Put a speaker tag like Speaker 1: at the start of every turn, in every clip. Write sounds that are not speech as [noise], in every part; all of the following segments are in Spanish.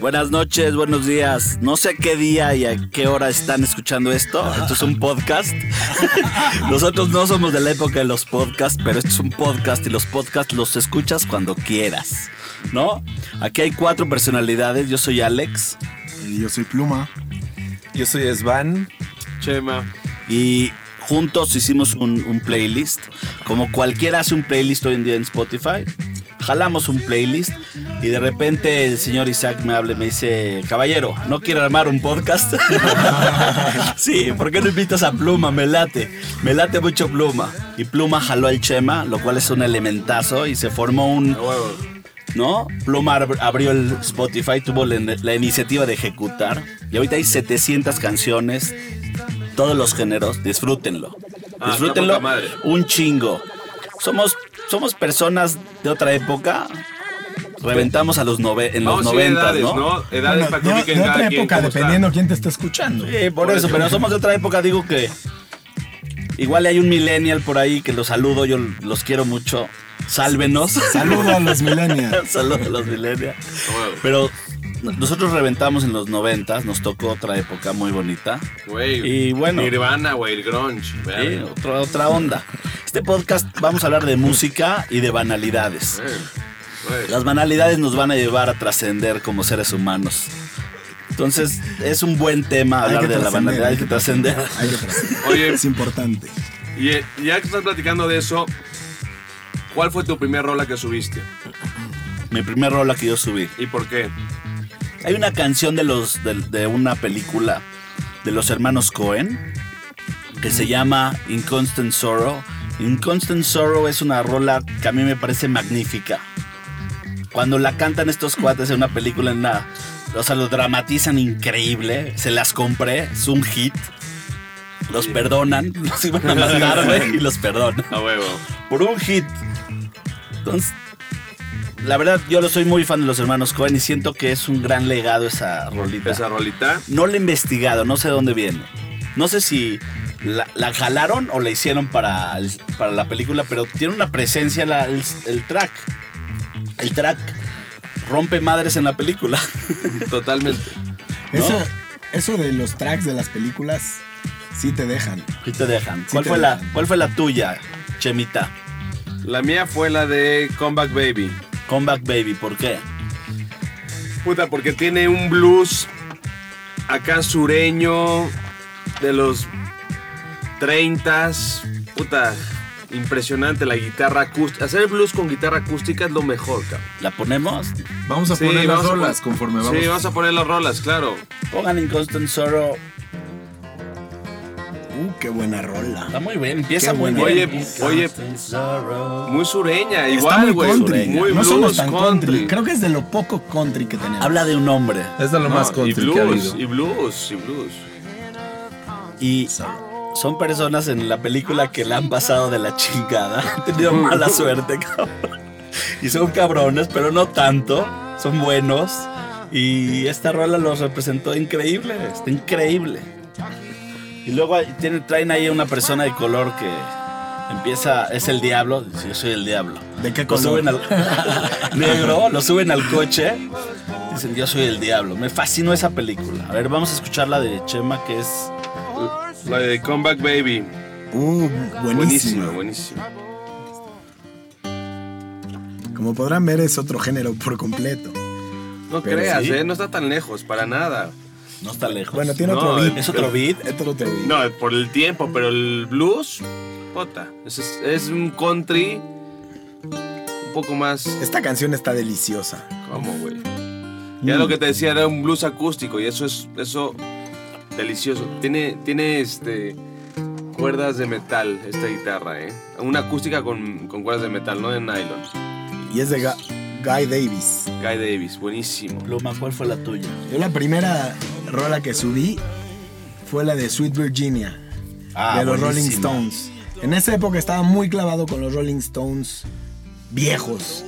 Speaker 1: Buenas noches, buenos días. No sé qué día y a qué hora están escuchando esto. Esto es un podcast. [laughs] Nosotros no somos de la época de los podcasts, pero esto es un podcast y los podcasts los escuchas cuando quieras, ¿no? Aquí hay cuatro personalidades. Yo soy Alex
Speaker 2: Y yo soy Pluma.
Speaker 3: Yo soy Svan.
Speaker 4: Chema.
Speaker 1: y juntos hicimos un, un playlist. Como cualquiera hace un playlist hoy en día en Spotify. Jalamos un playlist y de repente el señor Isaac me habla y me dice, caballero, ¿no quiere armar un podcast? [laughs] sí, ¿por qué no invitas a Pluma? Me late, me late mucho Pluma. Y Pluma jaló al Chema, lo cual es un elementazo y se formó un, ¿no? Pluma ab- abrió el Spotify, tuvo la, la iniciativa de ejecutar. Y ahorita hay 700 canciones, todos los géneros, disfrútenlo.
Speaker 4: Ah,
Speaker 1: disfrútenlo
Speaker 4: está poca madre.
Speaker 1: un chingo. Somos, somos personas de otra época. Reventamos a los nove- en los
Speaker 4: Vamos a ir
Speaker 1: 90,
Speaker 4: edades,
Speaker 1: ¿no?
Speaker 4: ¿no? Edades
Speaker 2: Bueno,
Speaker 4: para que
Speaker 2: no,
Speaker 4: ubiquen
Speaker 2: de
Speaker 4: cada
Speaker 2: otra
Speaker 4: quien
Speaker 2: época,
Speaker 4: cómo está.
Speaker 2: dependiendo quién te está escuchando.
Speaker 1: Sí, por, eso, pero somos de otra época, digo que igual hay un millennial por ahí que los saludo, yo los quiero mucho. Sálvenos. [laughs]
Speaker 2: Saludos a los millennials.
Speaker 1: Saludos a los millennials.
Speaker 4: Huevo.
Speaker 1: Pero nosotros reventamos en los 90, nos tocó otra época muy bonita.
Speaker 4: Güey.
Speaker 1: Y bueno.
Speaker 4: Nirvana, güey, el grunge.
Speaker 1: ¿sí?
Speaker 4: verga.
Speaker 1: ¿eh? Otra, otra onda. Este podcast vamos a hablar de música y de banalidades.
Speaker 4: Güey, güey.
Speaker 1: Las banalidades nos van a llevar a trascender como seres humanos. Entonces, es un buen tema
Speaker 2: Hay
Speaker 1: hablar
Speaker 2: que
Speaker 1: de la
Speaker 2: trascender,
Speaker 1: banalidad,
Speaker 2: hay
Speaker 1: hay que trascender.
Speaker 2: [laughs] Hay que tratar.
Speaker 4: Oye.
Speaker 2: es importante.
Speaker 4: Y eh, ya que estás platicando de eso, ¿cuál fue tu primera rola que subiste?
Speaker 1: Mi primer rola que yo subí.
Speaker 4: ¿Y por qué?
Speaker 1: Hay una canción de los de, de una película de los hermanos Cohen que se llama Inconstant Sorrow. Inconstant Sorrow es una rola que a mí me parece magnífica. Cuando la cantan estos cuates en una película, en una, o sea, lo dramatizan increíble. Se las compré, es un hit. Los perdonan, [laughs] los iban a matar, güey, y los perdonan
Speaker 4: A huevo.
Speaker 1: por un hit. Entonces, la verdad, yo lo soy muy fan de los hermanos Cohen y siento que es un gran legado esa rolita.
Speaker 4: Esa rolita.
Speaker 1: No la he investigado, no sé dónde viene. No sé si la, la jalaron o la hicieron para, el- para la película, pero tiene una presencia la- el, el track. El track rompe madres en la película. [laughs]
Speaker 4: Totalmente.
Speaker 2: Eso, eso de los tracks de las películas sí te dejan.
Speaker 1: Y te dejan.
Speaker 2: Sí
Speaker 1: ¿Cuál,
Speaker 2: te
Speaker 1: fue, La,
Speaker 2: dejan.
Speaker 1: ¿cuál fue la tuya, Chemita?
Speaker 4: La mía fue la de Comeback Baby.
Speaker 1: Comeback Baby, ¿por qué?
Speaker 4: Puta, porque tiene un blues acá sureño de los 30s. Puta, impresionante la guitarra acústica. Hacer blues con guitarra acústica es lo mejor, cabrón.
Speaker 1: ¿La ponemos?
Speaker 3: Vamos a
Speaker 4: Sí,
Speaker 3: poner las
Speaker 4: vamos a pon-
Speaker 3: rolas conforme vamos.
Speaker 4: Sí, vas a poner las rolas, claro.
Speaker 1: Pongan Inconstant Sorrow
Speaker 2: Uh, qué buena rola.
Speaker 1: Está muy bien, empieza
Speaker 2: Qué
Speaker 1: muy
Speaker 2: bueno.
Speaker 1: bien.
Speaker 4: Oye, oye. Muy sureña,
Speaker 2: Está
Speaker 4: igual,
Speaker 2: muy
Speaker 4: güey.
Speaker 2: country.
Speaker 4: Muy
Speaker 2: no
Speaker 4: blues,
Speaker 2: somos tan country.
Speaker 4: country.
Speaker 2: Creo que es de lo poco country que tenemos.
Speaker 1: Habla de un hombre
Speaker 3: Es de lo
Speaker 4: No,
Speaker 3: más
Speaker 4: y
Speaker 3: country que ha
Speaker 4: blues,
Speaker 3: habido.
Speaker 4: y blues, y blues.
Speaker 1: y son personas en la película que la han pasado de la chingada. [laughs] Han tenido
Speaker 2: [laughs]
Speaker 1: mala suerte, cabrón. Y son cabrones, pero no tanto. Son buenos. Y esta rola los representó increíble. Está increíble. Y luego hay- tienen- traen ahí una persona de color que empieza, es el diablo. Dice, Yo soy el diablo.
Speaker 2: ¿De qué
Speaker 1: Lo
Speaker 2: color?
Speaker 1: suben al [laughs] negro, lo suben al coche. Dicen, yo soy el diablo. Me fascinó esa película. A ver, vamos a escuchar la de Chema, que es...
Speaker 4: La de Comeback Baby.
Speaker 2: Uh,
Speaker 4: Buenísima,
Speaker 2: buenísima.
Speaker 4: buenísima.
Speaker 2: Como podrán ver, es otro género por completo.
Speaker 4: No
Speaker 2: Pero
Speaker 4: creas,
Speaker 2: sí.
Speaker 4: ¿eh? No está tan lejos, para nada.
Speaker 1: No está lejos.
Speaker 2: Bueno, tiene
Speaker 4: No,
Speaker 2: otro beat.
Speaker 1: es otro beat.
Speaker 2: Es otro beat.
Speaker 4: No, por el tiempo, pero el blues, puta. Es, es- es un country un poco más.
Speaker 2: Esta canción está deliciosa.
Speaker 4: ¿Cómo, güey? Ya
Speaker 2: Mm.
Speaker 4: lo que te decía era un blues acústico y eso es. Eso. Delicioso. Tiene, tiene este. Cuerdas de metal, esta guitarra, ¿eh? Una acústica con, con cuerdas de metal, no de nylon.
Speaker 2: Y es de Ga- Guy Davis.
Speaker 4: Guy Davis, buenísimo.
Speaker 1: Pluma, ¿cuál fue la tuya?
Speaker 2: Yo la primera rola que subí fue la de Sweet Virginia,
Speaker 1: Ah,
Speaker 2: de los Rolling Stones. En esa época estaba muy clavado con los Rolling Stones viejos,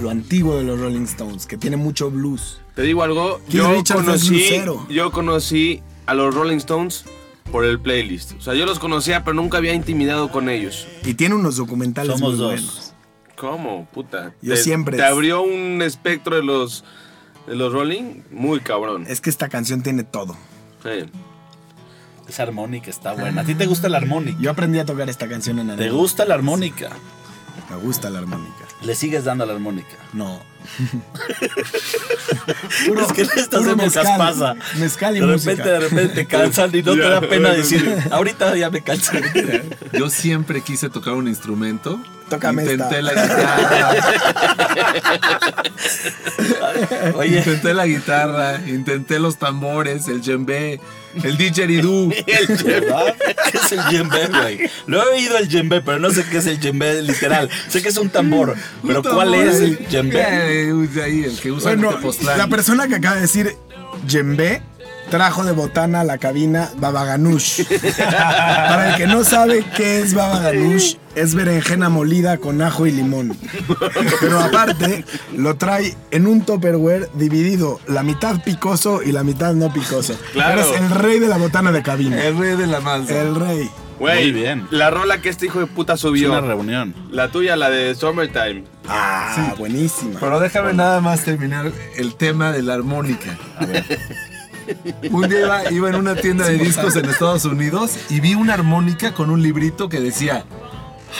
Speaker 2: lo antiguo de los Rolling Stones, que tiene mucho blues.
Speaker 4: Te digo algo,
Speaker 2: Keith
Speaker 4: yo
Speaker 2: Richards es
Speaker 4: conocí,
Speaker 2: lucero.
Speaker 4: yo conocí a los Rolling Stones por el playlist. O sea, yo los conocía, pero nunca había intimidado con ellos.
Speaker 2: Y tiene unos documentales
Speaker 1: Somos
Speaker 2: muy
Speaker 1: dos.
Speaker 2: buenos.
Speaker 4: ¿Cómo, puta?
Speaker 2: Yo
Speaker 4: te,
Speaker 2: siempre-
Speaker 4: Te abrió un espectro de los de los Rolling, muy cabrón.
Speaker 2: Es que esta canción tiene todo.
Speaker 4: Sí.
Speaker 1: Esa armónica está buena. ¿A ti te gusta la armónica?
Speaker 2: Yo aprendí a tocar esta canción en
Speaker 1: ¿Te
Speaker 2: alemán.
Speaker 1: gusta la armónica?
Speaker 2: Me gusta la armónica.
Speaker 1: Le sigues dando a la armónica. [laughs]
Speaker 2: No.
Speaker 1: es que en estas
Speaker 2: puro
Speaker 1: épocas
Speaker 2: mezcal.
Speaker 1: pasa.
Speaker 2: Mezcal y
Speaker 1: de repente,
Speaker 2: música.
Speaker 1: de repente te cansan y no te
Speaker 4: Ya.
Speaker 1: da pena decir, ahorita ya me cansan.
Speaker 2: [laughs]
Speaker 3: Yo siempre quise tocar un instrumento.
Speaker 2: Tócame
Speaker 3: Intenté
Speaker 1: [laughs]
Speaker 2: esta.
Speaker 3: la guitarra,
Speaker 1: Oye, [laughs]
Speaker 3: intenté la guitarra, intenté los tambores, el djembe, el didgeridoo.
Speaker 1: ¿verdad? ¿Qué es el djembe, güey? Lo he oído el djembe, pero no sé qué es el djembe literal. Sé que es un tambor, [laughs] pero
Speaker 3: Un
Speaker 1: ¿cuál
Speaker 3: tambor,
Speaker 1: es el djembe?
Speaker 3: eh, eh, de ahí, el que usa
Speaker 2: Bueno,
Speaker 3: en Tepoztlán.
Speaker 2: la persona que acaba de decir Jembe trajo de botana a la cabina Baba Ganoush. Para el que no sabe qué es Baba Ganoush, es berenjena molida con ajo y limón. Pero aparte, lo trae en un Tupperware dividido, la mitad picoso y la mitad no picoso.
Speaker 4: Claro.
Speaker 2: Eres el rey de la botana de cabina.
Speaker 3: El rey de la manza.
Speaker 2: El rey.
Speaker 4: Güey,
Speaker 1: Muy bien.
Speaker 4: la rola que este hijo de puta
Speaker 1: Es una
Speaker 4: subió.
Speaker 1: reunión.
Speaker 4: La tuya, la de Summertime.
Speaker 2: Ah, buenísima.
Speaker 3: Pero déjame nada más terminar el tema de la armónica. Un día iba, iba en una tienda de discos en Estados Unidos y vi una armónica con un librito que decía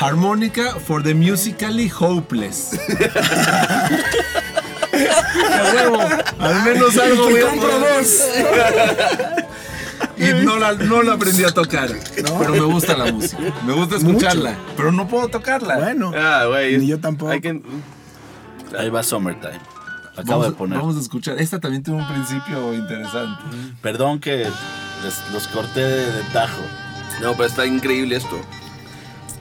Speaker 3: Harmónica for the Musically
Speaker 2: [laughs]
Speaker 3: Hopeless. ¡A huevo! Al menos algo
Speaker 2: Y
Speaker 3: voy
Speaker 2: que
Speaker 3: a
Speaker 2: compro
Speaker 3: poder-
Speaker 2: dos.
Speaker 3: Y no la, no la aprendí a tocar. Pero me gusta la música. Me gusta escucharla. Pero no puedo tocarla.
Speaker 2: Bueno,
Speaker 4: Ah, güey.
Speaker 2: Ni yo tampoco.
Speaker 4: Hay que-
Speaker 1: Ahí va Summertime. Acabo
Speaker 3: vamos,
Speaker 1: de poner.
Speaker 3: vamos a escuchar. Esta también tuvo un principio interesante.
Speaker 1: Perdón que les- los corté de, de tajo.
Speaker 4: No, pero está increíble esto.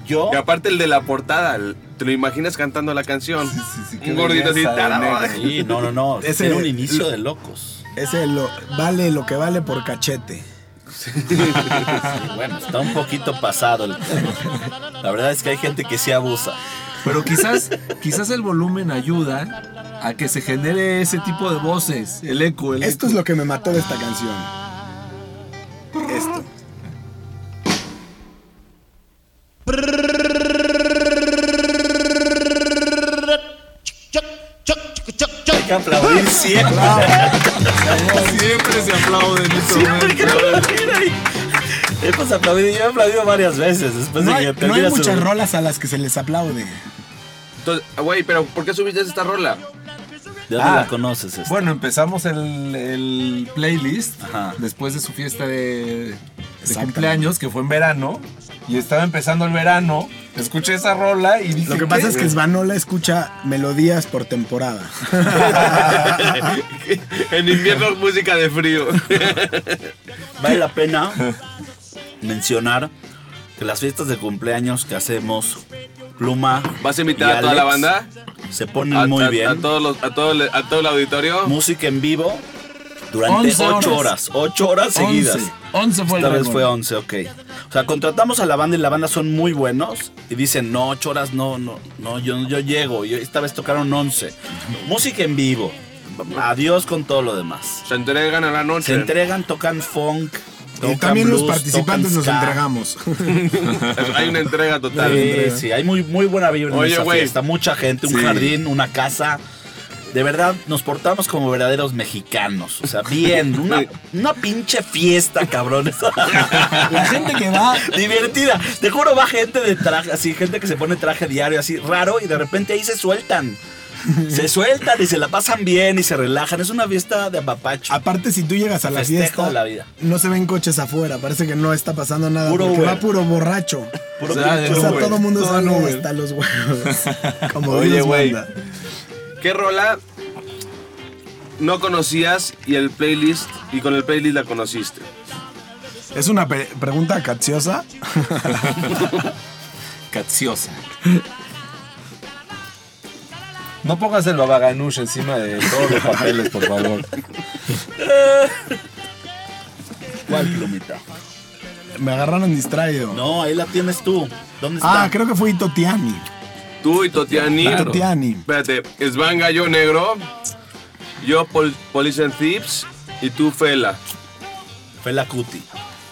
Speaker 1: Yo,
Speaker 4: Y aparte el de la portada, el- te lo imaginas cantando la canción.
Speaker 3: Sí, sí, sí, qué
Speaker 4: Un gordito así.
Speaker 3: belleza de
Speaker 4: tarara.
Speaker 3: negro.
Speaker 1: sí, no, no, no.
Speaker 2: [laughs] Ese-
Speaker 1: Era un inicio de locos.
Speaker 2: ese lo, vale lo que vale por cachete. Ah.
Speaker 1: Sí, bueno, está un poquito pasado. el- La verdad es que hay gente que sí abusa.
Speaker 3: Pero quizás, quizás el volumen ayuda a que se genere ese tipo de voces, el eco, el
Speaker 2: Esto es
Speaker 3: eco.
Speaker 2: lo que me mató de esta canción. Esto.
Speaker 1: Hay que aplaudir
Speaker 2: [laughs]
Speaker 1: siempre.
Speaker 3: siempre se aplaude en este
Speaker 1: Siempre que
Speaker 3: momento.
Speaker 1: lo miren. Hemos aplaudido, yo he aplaudido varias veces después
Speaker 2: No
Speaker 1: de que
Speaker 2: hay, no hay
Speaker 1: termina su-
Speaker 2: muchas rolas a las que se les aplaude.
Speaker 4: Entonces, ah, güey, pero ¿por qué subiste esta rola? [laughs]
Speaker 1: ¿De dónde
Speaker 3: Ah.
Speaker 1: la conoces? este. esta?
Speaker 3: Bueno, empezamos el, el playlist
Speaker 1: Ajá.
Speaker 3: después de su fiesta de, de
Speaker 2: Exactamente.
Speaker 3: cumpleaños, que fue en verano, y estaba empezando el verano. Escuché esa rola y dije.
Speaker 2: Lo que
Speaker 3: "¿Qué?".
Speaker 2: pasa es que Svanola escucha melodías
Speaker 1: [laughs]
Speaker 2: por temporada.
Speaker 4: en invierno música
Speaker 1: [laughs]
Speaker 4: de frío.
Speaker 1: Vale la
Speaker 2: [laughs]
Speaker 1: pena mencionar que las fiestas de cumpleaños que hacemos, Pluma.
Speaker 4: ¿Vas a invitar
Speaker 1: y
Speaker 4: a toda la
Speaker 1: Alex,
Speaker 4: banda?
Speaker 1: Se
Speaker 4: A-
Speaker 1: ponen muy
Speaker 4: a-
Speaker 1: bien.
Speaker 4: A, todos los- a, todo, el- a todo el auditorio.
Speaker 1: música en vivo durante
Speaker 3: 11
Speaker 1: ocho horas.
Speaker 3: Oh. horas.
Speaker 1: 8 horas seguidas.
Speaker 3: 11, 11 fue el
Speaker 1: Esta vez
Speaker 3: récord.
Speaker 1: fue 11, ok. O sea, contratamos a la banda y la banda son muy buenos y dicen, no, 8 horas, no, no, no, yo, yo llego. Y esta vez tocaron 11. Música en vivo. Adiós con todo lo demás.
Speaker 4: Se entregan a la
Speaker 1: Se
Speaker 4: noche.
Speaker 1: entregan, tocan funk.
Speaker 2: y
Speaker 1: tocan
Speaker 2: también los
Speaker 1: blues,
Speaker 2: participantes
Speaker 1: tocan
Speaker 2: nos
Speaker 1: ska. [laughs]
Speaker 2: entregamos.
Speaker 4: [laughs] Hay una entrega total.
Speaker 1: Sí, sí, hay muy, muy buena vibra
Speaker 4: Oye,
Speaker 1: en esa
Speaker 4: güey.
Speaker 1: fiesta. Mucha gente, un
Speaker 3: Sí.
Speaker 1: jardín, una casa. De verdad, nos portamos como verdaderos mexicanos. O sea, bien, una, una pinche fiesta, cabrones.
Speaker 2: La gente que va.
Speaker 1: [laughs] Divertida. Te juro, va gente de traje, así, gente que se pone traje diario, así, raro, y de repente ahí se sueltan. Se sueltan y se la pasan bien y se relajan. Es una fiesta de apapacho.
Speaker 2: Aparte, si tú llegas a la
Speaker 1: Festejo
Speaker 2: fiesta,
Speaker 1: de la vida.
Speaker 2: no se ven coches afuera. Parece que no está pasando nada.
Speaker 1: Puro
Speaker 2: porque
Speaker 1: Uber.
Speaker 2: va puro borracho.
Speaker 1: [laughs] Puro
Speaker 3: o sea,
Speaker 1: pinche
Speaker 2: O sea,
Speaker 3: Uber.
Speaker 2: todo el mundo
Speaker 3: Todo
Speaker 2: sale
Speaker 3: Uber.
Speaker 2: hasta
Speaker 1: [laughs]
Speaker 2: los huevos. Como
Speaker 4: Oye,
Speaker 2: Dios
Speaker 4: güey.
Speaker 2: manda.
Speaker 4: ¿Qué rola no conocías y el playlist y con el playlist la conociste?
Speaker 2: Es una pe- pregunta capciosa.
Speaker 3: Catziosa. No pongas el babaganush encima de todos [laughs] los papeles, por favor.
Speaker 1: ¿Cuál plumita?
Speaker 2: Me agarraron distraído.
Speaker 1: No, ahí la tienes tú. ¿Dónde está?
Speaker 2: ah, creo que fue Totiani.
Speaker 4: Tú y Totiani.
Speaker 3: Claro.
Speaker 2: Totiani.
Speaker 4: Espérate, Svan Gallo Negro, yo Pol Police and Thieves y tú Fela.
Speaker 1: Fue la cuti.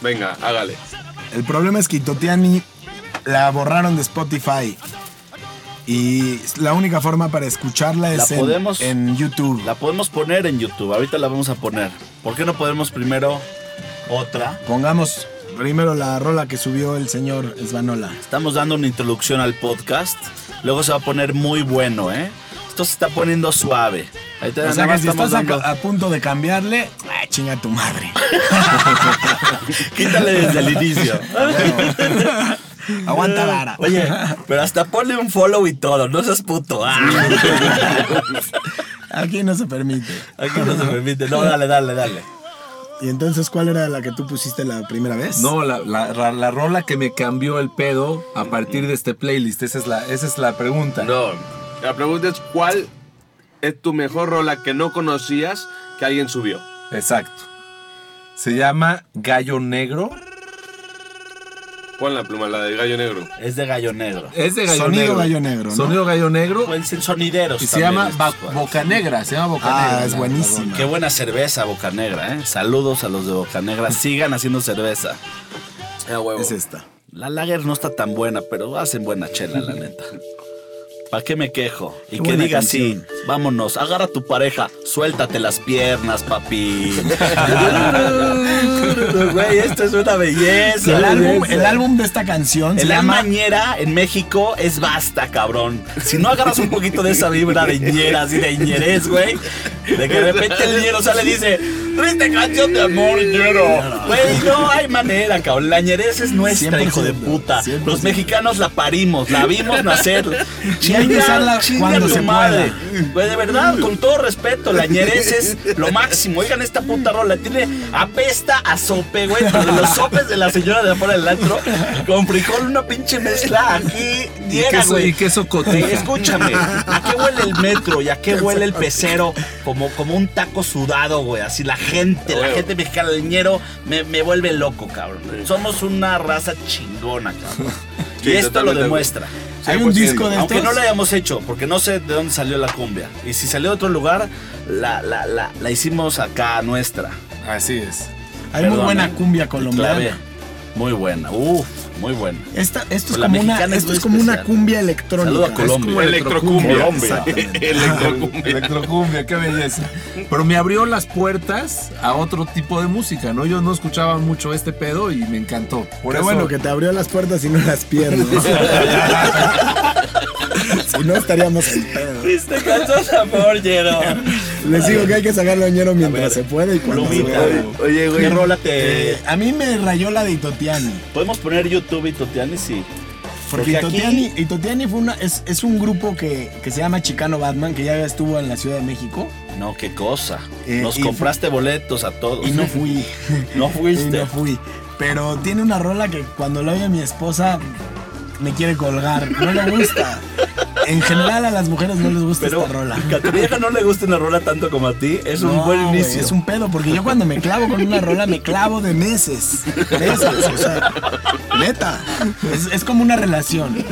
Speaker 4: Venga, hágale.
Speaker 2: El problema es que Totiani la borraron de Spotify. Y la única forma para escucharla es
Speaker 1: La
Speaker 2: en-
Speaker 1: podemos-
Speaker 2: en, YouTube.
Speaker 1: La podemos poner en YouTube, ahorita la vamos a poner. ¿Por qué no podemos primero otra?
Speaker 2: Pongamos primero la rola que subió el señor Svanola.
Speaker 1: Estamos dando una introducción al podcast, luego se va a poner muy bueno, ¿eh? Esto se está poniendo suave. Ahí te
Speaker 2: O
Speaker 1: nada
Speaker 2: sea que
Speaker 1: más
Speaker 2: si
Speaker 1: estamos
Speaker 2: estás a,
Speaker 1: dando-
Speaker 2: a punto de cambiarle, ah, chinga tu madre.
Speaker 1: Quítale desde
Speaker 2: [laughs]
Speaker 1: el inicio.
Speaker 2: Aguanta vara.
Speaker 1: Oye, pero hasta ponle un follow y todo, no seas puto. Ah.
Speaker 2: Aquí no se permite.
Speaker 1: Aquí no se permite. No, dale, dale, dale.
Speaker 2: ¿Y entonces cuál era la que tú pusiste la primera vez?
Speaker 3: No, la, la- la- la rola que me cambió el pedo a partir de este playlist. Esa es la, esa es la pregunta.
Speaker 4: No. La pregunta es: ¿cuál es tu mejor rola que no conocías que alguien subió?
Speaker 3: Exacto. Se llama Gallo Negro.
Speaker 4: ¿Cuál la pluma? La de Gallo Negro.
Speaker 1: Es de gallo negro.
Speaker 3: Es de Gallo
Speaker 2: Sonido
Speaker 3: Negro. Pues
Speaker 2: Gallo Negro, ¿no?
Speaker 3: Sonido Gallo Negro.
Speaker 1: Pueden ser sonideros.
Speaker 3: Y se
Speaker 1: también
Speaker 3: llama
Speaker 1: estos
Speaker 3: Ba-
Speaker 1: cuates.
Speaker 3: Boca Negra. Se llama Boca
Speaker 2: Ah,
Speaker 3: Negra.
Speaker 2: es
Speaker 3: la-
Speaker 2: buenísima.
Speaker 3: la rola.
Speaker 1: Qué buena cerveza, Boca Negra, ¿eh? Saludos a los de Boca Negra. Sigan haciendo cerveza.
Speaker 2: Es esta.
Speaker 1: La Lager no está tan buena, pero hacen buena chela, la neta. ¿Para qué me quejo? Y que
Speaker 2: buena
Speaker 1: diga
Speaker 2: canción.
Speaker 1: así, vámonos, agarra a tu pareja, suéltate las piernas, papi. Güey, esto es una belleza.
Speaker 2: El álbum,
Speaker 1: Belleza.
Speaker 2: el álbum de esta canción se
Speaker 1: El
Speaker 2: llama
Speaker 1: alma ñera en México es basta, cabrón. Si no agarras un poquito de esa vibra de ñera, así de ñerez, güey, de que de repente el ñero sale y dice, triste canción de amor, ñero. Güey, no hay manera, cabrón. La ñerez es nuestra,
Speaker 2: 100%,
Speaker 1: hijo de puta.
Speaker 2: 100%.
Speaker 1: Los mexicanos la parimos, la vimos nacer.
Speaker 2: Y hay que
Speaker 1: [laughs] Chinga-
Speaker 2: usarla
Speaker 1: chinga
Speaker 2: cuando
Speaker 1: tu
Speaker 2: se
Speaker 1: madre. Güey, de verdad, con todo respeto, la ñerez es lo máximo. Oigan, esta puta rola tiene apesta a sope, güey, pero de los sopes de la señora de afuera del antro, con frijol, una pinche mezcla aquí,
Speaker 3: Y
Speaker 1: llega,
Speaker 3: queso,
Speaker 1: güey.
Speaker 3: y queso
Speaker 1: Güey,
Speaker 3: cotija.
Speaker 1: Escúchame, ¿a qué huele el metro y a qué huele el pecero? Como, como un taco sudado, güey. Así la gente, la
Speaker 4: Huevo.
Speaker 1: gente mexicana, el ñero, me, me vuelve loco, cabrón. Somos una raza chingona, cabrón.
Speaker 4: Sí,
Speaker 1: y esto lo
Speaker 4: totalmente,
Speaker 1: demuestra.
Speaker 2: Hay un
Speaker 4: 100%.
Speaker 2: disco de
Speaker 1: pues, Aunque
Speaker 2: estos.
Speaker 1: no la hayamos hecho, porque no sé de dónde salió la cumbia. Y si salió de otro lugar, la, la, la, la hicimos acá nuestra.
Speaker 3: Así es.
Speaker 2: Hay muy
Speaker 1: Perdón,
Speaker 2: buena
Speaker 1: eh.
Speaker 2: cumbia
Speaker 1: Clave.
Speaker 2: colombiana.
Speaker 1: Muy buena, uff, muy buena.
Speaker 2: Esta, esto es
Speaker 1: La
Speaker 2: como una,
Speaker 1: mexicana es
Speaker 2: esto
Speaker 1: muy
Speaker 2: es como una
Speaker 1: especial.
Speaker 2: cumbia electrónica.
Speaker 1: Saluda a Colombia.
Speaker 3: como
Speaker 4: Electrocumbia.
Speaker 1: Colombia.
Speaker 4: [laughs] Electrocumbia.
Speaker 3: Electrocumbia, qué belleza. Pero me abrió las puertas a otro tipo de música, ¿no? Yo no escuchaba mucho este pedo y me encantó. Por
Speaker 2: Qué
Speaker 3: eso-
Speaker 2: bueno que te abrió las puertas y no las
Speaker 1: [laughs]
Speaker 2: pierdes. si no estaríamos en pedo.
Speaker 1: Triste canción de amor, [laughs] ñero.
Speaker 2: Les digo que hay que sacar ñero mientras se puede y cuando se
Speaker 1: Plumita,
Speaker 2: puede.
Speaker 1: güey. Oye, güey. ¿Qué rola te-
Speaker 2: Eh, a mí me rayó la de Itotiani.
Speaker 1: Podemos poner YouTube y Totiani, sí.
Speaker 2: Porque
Speaker 1: aquí-
Speaker 2: Itotiani, Itotiani fue una, es, es un grupo que, que se llama Chicano Batman, que ya estuvo en la Ciudad de México.
Speaker 1: No, qué cosa.
Speaker 2: Eh,
Speaker 1: Nos
Speaker 2: y-
Speaker 1: compraste boletos a todos.
Speaker 2: Y no fui.
Speaker 1: [laughs] No
Speaker 2: Y
Speaker 1: fuiste.
Speaker 2: no fui. Pero tiene una rola que cuando la oye mi esposa me quiere colgar. No le gusta. En general a las mujeres no les gusta
Speaker 1: Pero
Speaker 2: esta rola.
Speaker 1: [laughs] que a tu vieja no le guste una rola tanto como a ti, es un
Speaker 2: No,
Speaker 1: buen
Speaker 2: güey,
Speaker 1: inicio.
Speaker 2: es un pedo, porque yo cuando me clavo con una rola me clavo de meses. Meses, o sea, neta. Es, es como una relación.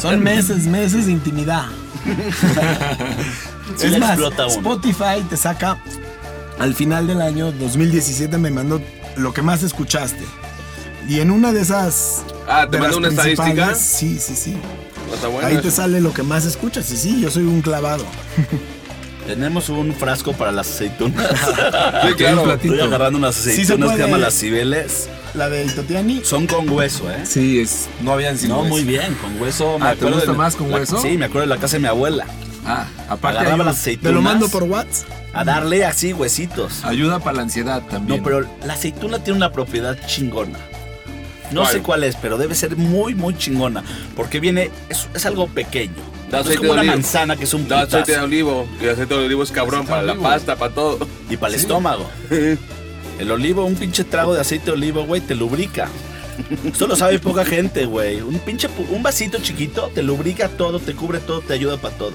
Speaker 2: Son meses, meses
Speaker 1: [laughs]
Speaker 2: de intimidad.
Speaker 1: Sí
Speaker 2: es
Speaker 1: le
Speaker 2: más,
Speaker 1: explota uno.
Speaker 2: Spotify te saca al final del año 2017 me mandó lo que más escuchaste. Y en una de esas.
Speaker 4: Ah, ¿te
Speaker 2: de
Speaker 4: mandó
Speaker 2: las
Speaker 4: una estadística?
Speaker 2: principales, Sí, sí, sí.
Speaker 4: No está buena.
Speaker 2: Ahí te sale lo que más escuchas. Y sí, yo soy un clavado.
Speaker 1: Tenemos un frasco para las aceitunas.
Speaker 4: Sí, claro.
Speaker 3: Platito.
Speaker 1: Estoy agarrando unas
Speaker 2: se
Speaker 1: aceitunas que
Speaker 2: puede.
Speaker 1: se llaman las cibeles.
Speaker 2: La de Itotiani.
Speaker 1: Son con hueso, ¿eh?
Speaker 3: Sí, es. No habían sido.
Speaker 1: No,
Speaker 3: eso.
Speaker 1: muy bien, con hueso.
Speaker 3: Ah, ¿te gusta
Speaker 1: de-
Speaker 3: más con
Speaker 1: la-
Speaker 3: hueso?
Speaker 1: Sí, me acuerdo de la casa de mi abuela.
Speaker 3: Ah, aparte.
Speaker 1: Agarraba
Speaker 3: Ayuda,
Speaker 1: las aceitunas.
Speaker 2: Te lo mando por WhatsApp.
Speaker 1: A darle así huesitos.
Speaker 3: ayuda para la ansiedad también.
Speaker 1: No, pero la aceituna tiene una propiedad chingona. No
Speaker 4: ¿Cuál?
Speaker 1: sé cuál es, pero debe ser muy, muy chingona. Porque viene, es, es algo pequeño.
Speaker 4: Da
Speaker 1: No es
Speaker 4: aceite
Speaker 1: como
Speaker 4: de
Speaker 1: una
Speaker 4: olivo.
Speaker 1: manzana que es un
Speaker 4: Da aceite de
Speaker 1: putazo.
Speaker 4: olivo. Y el aceite de olivo es cabrón
Speaker 3: Aceite de
Speaker 4: para la
Speaker 3: olivo.
Speaker 4: pasta, para todo. [laughs]
Speaker 1: Y para el estómago. El olivo, un pinche trago de aceite de olivo, güey, te lubrica. Esto lo sabe poca gente, güey. Un pinche, pu- un vasito chiquito te lubrica todo, te cubre todo, te ayuda para todo.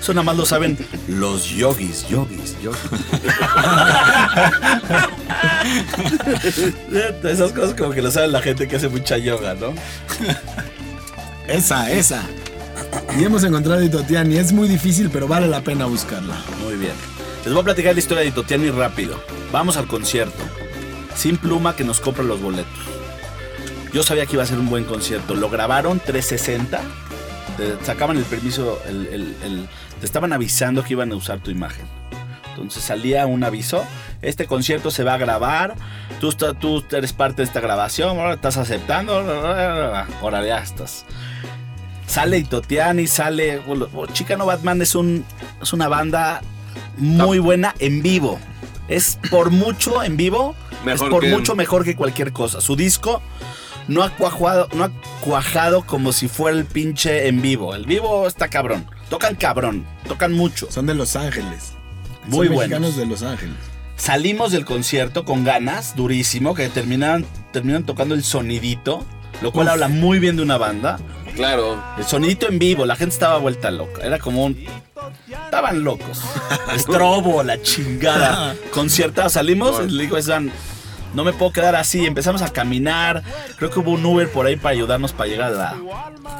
Speaker 1: Eso nada más lo saben los yogis, yogis, yogis. [laughs] Esas cosas como que lo sabe la gente que hace mucha yoga, ¿no?
Speaker 2: Esa, esa. Y hemos encontrado a Itotiani. Es muy difícil, pero vale la pena buscarla.
Speaker 1: Muy bien. Les voy a platicar la historia de Totiani rápido. Vamos al concierto. Sin pluma que nos compra los boletos. Yo sabía que iba a ser un buen concierto. Lo grabaron 360. te sacaban el permiso, el- el- el- te estaban avisando que iban a usar tu imagen. Entonces salía un aviso, este concierto se va a grabar, tú, está- tú eres parte de esta grabación, ahora estás aceptando, bla, bla, bla, bla. ahora ya estás. Sale Itotiani, sale... bueno, Chicano Batman es, un, es una banda muy buena en vivo. Es por mucho en vivo,
Speaker 4: Mejor
Speaker 1: es por
Speaker 4: que-
Speaker 1: mucho mejor que cualquier cosa. Su disco no ha cuajado, no ha cuajado como si fuera el pinche en vivo. El vivo está cabrón. Tocan cabrón, tocan mucho.
Speaker 2: Son de Los Ángeles.
Speaker 1: Muy buenos.
Speaker 2: Son mexicanos de Los Ángeles.
Speaker 1: Salimos del concierto con ganas, durísimo, que terminan, terminan tocando el sonidito, lo cual habla muy bien de una banda.
Speaker 4: Claro.
Speaker 1: El sonidito en vivo, la gente estaba vuelta loca. Era como un. Estaban locos. Estrobo, la chingada. Concierta, salimos. y Le digo, a Stan, no me puedo quedar así. Empezamos a caminar. Creo que hubo un Uber por ahí para ayudarnos para llegar a la,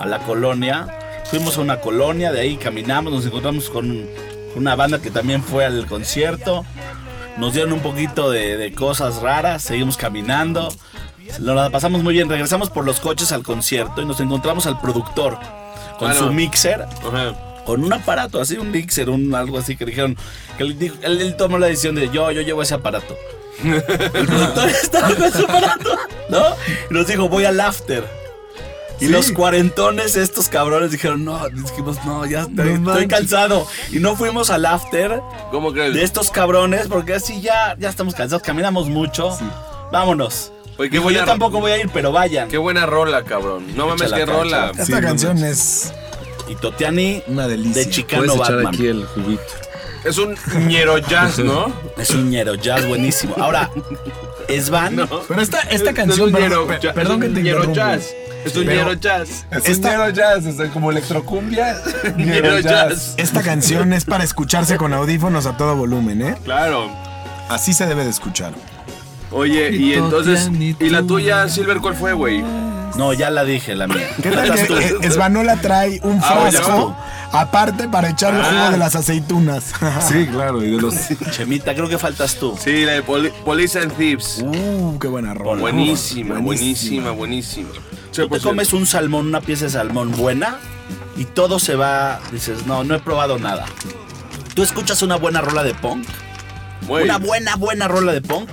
Speaker 1: a la colonia. Fuimos a una colonia, de ahí caminamos. Nos encontramos con una banda que también fue al concierto. Nos dieron un poquito de, de cosas raras, seguimos caminando. Nos la pasamos muy bien. Regresamos por los coches al concierto y nos encontramos al productor con
Speaker 4: Ah, no.
Speaker 1: su mixer,
Speaker 4: Ajá.
Speaker 1: con un aparato, así un mixer, un algo así que le dijeron. Que él, dijo- él- él tomó la decisión de yo, yo llevo ese
Speaker 3: [laughs]
Speaker 1: aparato. El productor estaba con su aparato, ¿no? Y nos dijo, voy al after. Y
Speaker 3: Sí.
Speaker 1: los cuarentones, estos cabrones, dijeron, no, dijimos, no, ya estoy-
Speaker 3: No
Speaker 1: estoy
Speaker 3: manches.
Speaker 1: cansado. Y no fuimos al after
Speaker 4: ¿Cómo crees?
Speaker 1: de este- estos cabrones, porque así ya, ya estamos cansados, caminamos mucho. Vámonos.
Speaker 4: Oye, qué
Speaker 1: Digo,
Speaker 4: buena-
Speaker 1: yo tampoco voy a ir, pero vayan.
Speaker 4: Qué buena rola, cabrón. No mames,
Speaker 1: Échala
Speaker 4: qué
Speaker 1: acá,
Speaker 4: rola.
Speaker 1: échala
Speaker 2: Esta
Speaker 3: Sí, no
Speaker 2: canción es
Speaker 1: Y Totiani
Speaker 2: una delicia.
Speaker 1: de Chicano Batman.
Speaker 5: el juguito.
Speaker 4: Es un ñero jazz, ¿no?
Speaker 1: Es un ñero jazz buenísimo. Ahora, Svan,
Speaker 2: Pero esta, esta
Speaker 4: Es un
Speaker 2: canción,
Speaker 4: ñero
Speaker 2: perdón, per-
Speaker 4: jazz,
Speaker 2: perdón que
Speaker 4: es un
Speaker 2: te
Speaker 4: ñero
Speaker 2: interrumpo.
Speaker 4: jazz. Es un
Speaker 2: Pero-
Speaker 4: ñero jazz.
Speaker 3: Es un ñero jazz, o sea, como [laughs] electrocumbia.
Speaker 4: Ñero jazz.
Speaker 2: Esta canción es para escucharse con audífonos a todo volumen, ¿eh?
Speaker 4: Claro.
Speaker 2: Así se debe de escuchar.
Speaker 4: Oye, y entonces. ¿Y la tuya, Silver, cuál fue, güey?
Speaker 1: no, ya la dije, la mía.
Speaker 2: ¿Qué tal
Speaker 1: Estás
Speaker 2: que
Speaker 1: tú.
Speaker 2: eh, Svanola trae un
Speaker 4: Ah, oye,
Speaker 2: frasco aparte para echarle jugo de las aceitunas?
Speaker 3: Sí, claro, y de los.
Speaker 1: Chemita, creo que faltas tú.
Speaker 4: Sí, la de Poli- Police and Thieves.
Speaker 2: [laughs] Uh, qué buena rola.
Speaker 4: Buenísima, buenísima, buenísima.
Speaker 1: Tú te
Speaker 4: 100%.
Speaker 1: comes un salmón, una pieza de salmón buena y todo se va. Dices, no, no he probado nada. Tú escuchas una buena rola de punk,
Speaker 4: Güey,
Speaker 1: una buena, buena rola de punk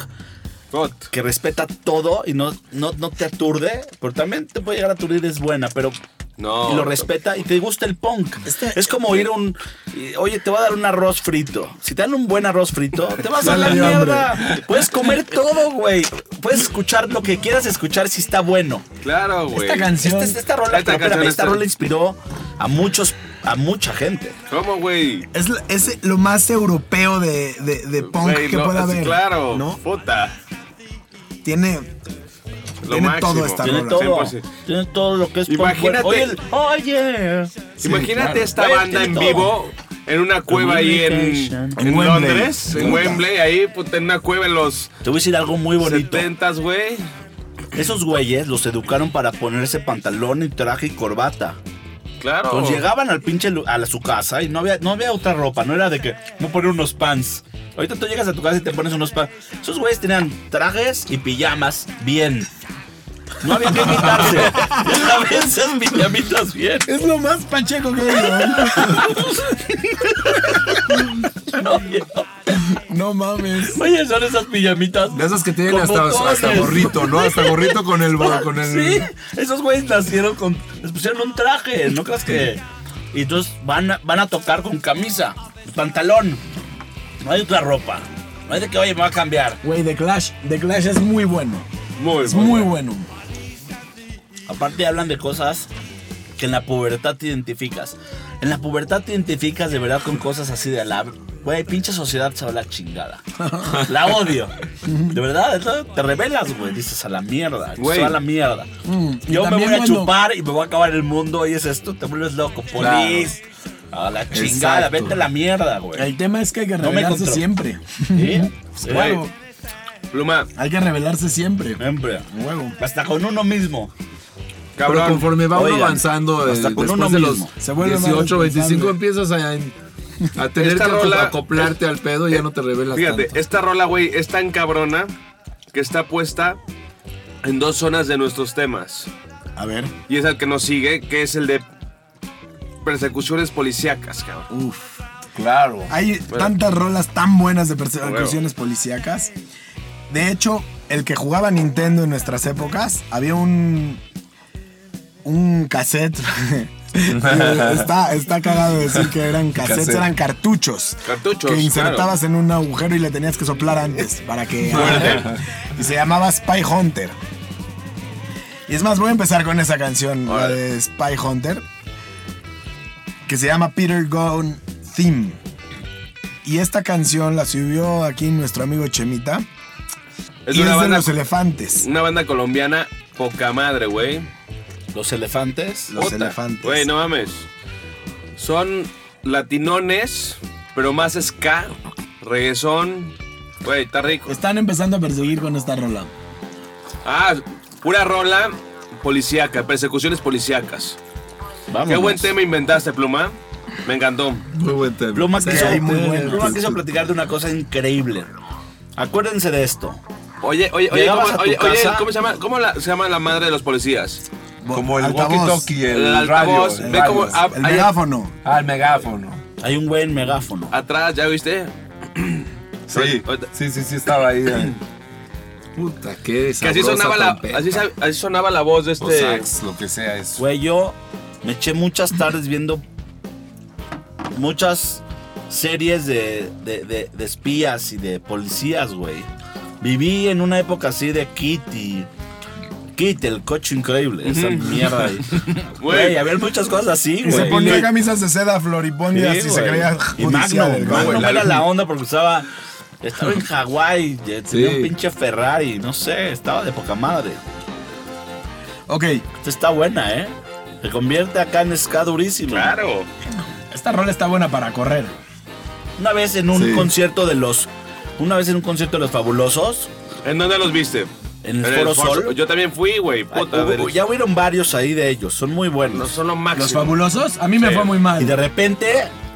Speaker 4: tot.
Speaker 1: que respeta todo y no, no, no te aturde, pero también te puede llegar a aturdir, es buena, pero
Speaker 4: No.
Speaker 1: y lo respeta y te gusta el punk. es como ir a un. y, Oye, te va a dar un arroz frito. Si te dan un buen arroz frito, te vas a la
Speaker 2: Dale de hambre.
Speaker 1: mierda. Puedes comer todo, güey. Puedes escuchar lo que quieras escuchar si está bueno.
Speaker 4: Claro, güey.
Speaker 2: Esta canción.
Speaker 1: Esta, esta rola, pero
Speaker 4: Esta
Speaker 1: espérame,
Speaker 4: canción
Speaker 1: esta
Speaker 4: está-
Speaker 1: rola inspiró a muchos, a mucha gente.
Speaker 4: ¿Cómo, güey?
Speaker 2: Es, la- es lo más europeo de, de- de punk
Speaker 4: Güey,
Speaker 2: que
Speaker 4: no,
Speaker 2: pueda
Speaker 4: sí,
Speaker 2: haber.
Speaker 4: Claro,
Speaker 2: ¿no?
Speaker 4: puta.
Speaker 2: Tiene.
Speaker 4: Lo
Speaker 2: Tiene
Speaker 4: máximo.
Speaker 2: todo esta
Speaker 1: Tiene
Speaker 2: rola.
Speaker 1: todo.
Speaker 4: 100%.
Speaker 1: Tiene todo lo que es punk.
Speaker 4: pues Imagínate-
Speaker 1: Oye, el- oye.
Speaker 4: Imagínate
Speaker 1: claro.
Speaker 4: esta
Speaker 1: Güey,
Speaker 4: banda
Speaker 1: tiene
Speaker 4: en
Speaker 1: todo.
Speaker 4: vivo, en una cueva ahí en,
Speaker 1: Communication.
Speaker 4: en
Speaker 2: En Wembley.
Speaker 4: Londres, en
Speaker 2: Puta.
Speaker 4: Wembley, ahí, puta, en una cueva en los
Speaker 1: Te voy a decir algo muy bonito.
Speaker 4: 70s, güey.
Speaker 1: Esos güeyes los educaron para ponerse pantalón y traje y corbata.
Speaker 4: Claro.
Speaker 1: Pues
Speaker 3: Oh.
Speaker 1: llegaban al pinche lu- a la- su casa y no había, no había otra ropa, no era de que no poner unos pants. Ahorita tú llegas a tu casa y te pones unos pants. Esos güeyes tenían trajes y pijamas bien. No había que
Speaker 3: [laughs]
Speaker 1: quitarse. Ya ven esas pijamitas bien.
Speaker 2: Es lo más pacheco que he oído. ¿eh?
Speaker 3: [laughs]
Speaker 1: No, bien.
Speaker 2: [laughs] No mames.
Speaker 1: Oye, son esas pijamitas.
Speaker 3: De esos que tienen
Speaker 1: Con
Speaker 3: hasta,
Speaker 1: botones.
Speaker 3: hasta gorrito, ¿no? Hasta gorrito con el. bo- Con el
Speaker 1: [laughs] Sí, esos güeyes nacieron con. Les pusieron un traje, ¿no crees que.? Y entonces van a, van a tocar con camisa, pantalón. No hay otra ropa. No hay de que, oye, me va a cambiar.
Speaker 2: Güey, The Clash. The Clash es muy bueno.
Speaker 4: Muy,
Speaker 2: Es
Speaker 4: muy
Speaker 2: muy
Speaker 4: bueno.
Speaker 2: bueno.
Speaker 1: Aparte hablan de cosas que en la pubertad te identificas. En la pubertad te identificas de verdad con cosas así de la... Güey, pinche sociedad se va a la chingada. La odio. De verdad, eso te revelas, güey. Dices a la mierda.
Speaker 4: Güey.
Speaker 1: Se va a la mierda.
Speaker 2: y
Speaker 1: Yo me voy
Speaker 2: también
Speaker 1: a
Speaker 2: cuando-
Speaker 1: chupar y me voy a acabar el mundo. Y es esto, te vuelves loco. Polis. A la chingada.
Speaker 3: Exacto.
Speaker 1: Vete a la mierda, güey.
Speaker 2: El tema es que hay que
Speaker 1: me
Speaker 2: revelarse
Speaker 1: controlo.
Speaker 2: siempre.
Speaker 1: ¿Sí? Sí.
Speaker 2: Claro,
Speaker 4: Pluma,
Speaker 2: hay que revelarse siempre.
Speaker 1: Siempre.
Speaker 2: Huevo.
Speaker 1: Hasta con uno mismo.
Speaker 3: Pero
Speaker 4: cabrón.
Speaker 3: conforme va uno
Speaker 1: Oigan,
Speaker 3: avanzando, eh,
Speaker 1: hasta con
Speaker 3: después
Speaker 1: uno
Speaker 3: de los
Speaker 1: mismo.
Speaker 2: Se vuelve más
Speaker 3: 18,
Speaker 2: responsable.
Speaker 3: 25, empiezas a, a tener
Speaker 4: Esta
Speaker 3: que
Speaker 4: rola-
Speaker 3: acoplarte al pedo y ya no te revelas
Speaker 4: Fíjate,
Speaker 3: tanto.
Speaker 4: esta rola, güey, es tan cabrona que está puesta en dos zonas de nuestros temas.
Speaker 2: A ver.
Speaker 4: Y es el que nos sigue, que es el de persecuciones policíacas, cabrón.
Speaker 2: Uf.
Speaker 3: Claro.
Speaker 2: Hay tantas rolas tan buenas de persecuciones policíacas. De hecho, el que jugaba Nintendo en nuestras épocas, había un. un cassette. [laughs] está, está cagado decir que eran cassettes,
Speaker 3: Cassette.
Speaker 2: eran cartuchos.
Speaker 4: Cartuchos,
Speaker 2: Que insertabas en un agujero y le tenías que soplar antes para que. [laughs] y se llamaba Spy Hunter. Y es más, voy a empezar con esa canción, la
Speaker 4: Órale.
Speaker 2: de Spy Hunter, que se llama Peter Gone Theme. Y esta canción la subió aquí nuestro amigo Chemita.
Speaker 4: Es
Speaker 2: y
Speaker 4: una
Speaker 2: es de
Speaker 4: banda,
Speaker 2: los elefantes.
Speaker 4: una banda colombiana poca madre, güey.
Speaker 1: Los elefantes.
Speaker 2: Los
Speaker 4: Puta,
Speaker 2: elefantes.
Speaker 4: Güey, no mames. Son latinones, pero más ska, reggaetón. Güey, está rico.
Speaker 2: Están empezando a perseguir con esta rola.
Speaker 4: Ah, pura rola policíaca, persecuciones policíacas.
Speaker 1: Vamos.
Speaker 4: Qué buen tema inventaste, Pluma. Me encantó.
Speaker 3: Muy buen tema.
Speaker 1: Pluma
Speaker 2: Sí,
Speaker 1: quiso,
Speaker 2: hay muy buena.
Speaker 1: Pluma quiso platicar de una cosa increíble. Acuérdense de esto.
Speaker 4: Oye, oye, oye,
Speaker 1: Llegabas
Speaker 4: ¿cómo,
Speaker 1: a tu
Speaker 4: oye, oye,
Speaker 1: casa.
Speaker 4: ¿cómo se llama, cómo la- se llama la madre de los policías?
Speaker 3: Como el
Speaker 2: Altavoz.
Speaker 3: walkie-talkie, el,
Speaker 4: El
Speaker 3: radio.
Speaker 4: altavoz,
Speaker 3: el
Speaker 4: ve
Speaker 3: radio.
Speaker 4: cómo- ah,
Speaker 2: El
Speaker 4: hay-
Speaker 2: megáfono.
Speaker 3: Ah, el megáfono.
Speaker 1: Hay un buen megáfono.
Speaker 4: Atrás, ¿ya viste?
Speaker 3: Sí,
Speaker 4: Ahorita-
Speaker 3: sí, sí, sí, estaba ahí. eh. Puta, qué
Speaker 4: Que así sonaba, la, así, sa- así sonaba la voz de
Speaker 3: O
Speaker 4: este...
Speaker 3: sax, lo que sea eso.
Speaker 1: Güey, yo me eché muchas tardes viendo muchas series de, de- de- de espías y de policías, güey. Viví en una época así de Kitty. Kitty, el coche increíble. Esa mierda
Speaker 2: [laughs]
Speaker 1: ahí. Güey, había muchas cosas así,
Speaker 2: Y se
Speaker 1: güey.
Speaker 2: ponía camisas de seda floribondias
Speaker 1: Sí,
Speaker 2: y se
Speaker 1: güey.
Speaker 2: creía
Speaker 1: Y
Speaker 2: judicial.
Speaker 1: Magnum,
Speaker 2: el
Speaker 1: Magnum
Speaker 2: güey.
Speaker 1: era la onda porque usaba. Estaba en Hawái, eh, tenía un pinche Ferrari, no sé, estaba de poca madre.
Speaker 2: Ok,
Speaker 1: Esta está buena, ¿eh? Se convierte acá en ska durísimo.
Speaker 4: Claro.
Speaker 2: esta rola está buena para correr.
Speaker 1: Una vez en un
Speaker 3: Sí.
Speaker 1: concierto de los. Una vez en un concierto de los fabulosos.
Speaker 4: ¿En dónde los viste?
Speaker 1: En el Foro Sol.
Speaker 4: Yo también fui, güey.
Speaker 1: ay,
Speaker 4: Puta,
Speaker 1: hubo-
Speaker 4: del-
Speaker 1: ya hubieron varios ahí de ellos, son muy
Speaker 4: no
Speaker 1: buenos.
Speaker 4: son lo máximo.
Speaker 2: Los fabulosos, a mí me
Speaker 4: Sí.
Speaker 2: fue muy mal.
Speaker 1: Y de repente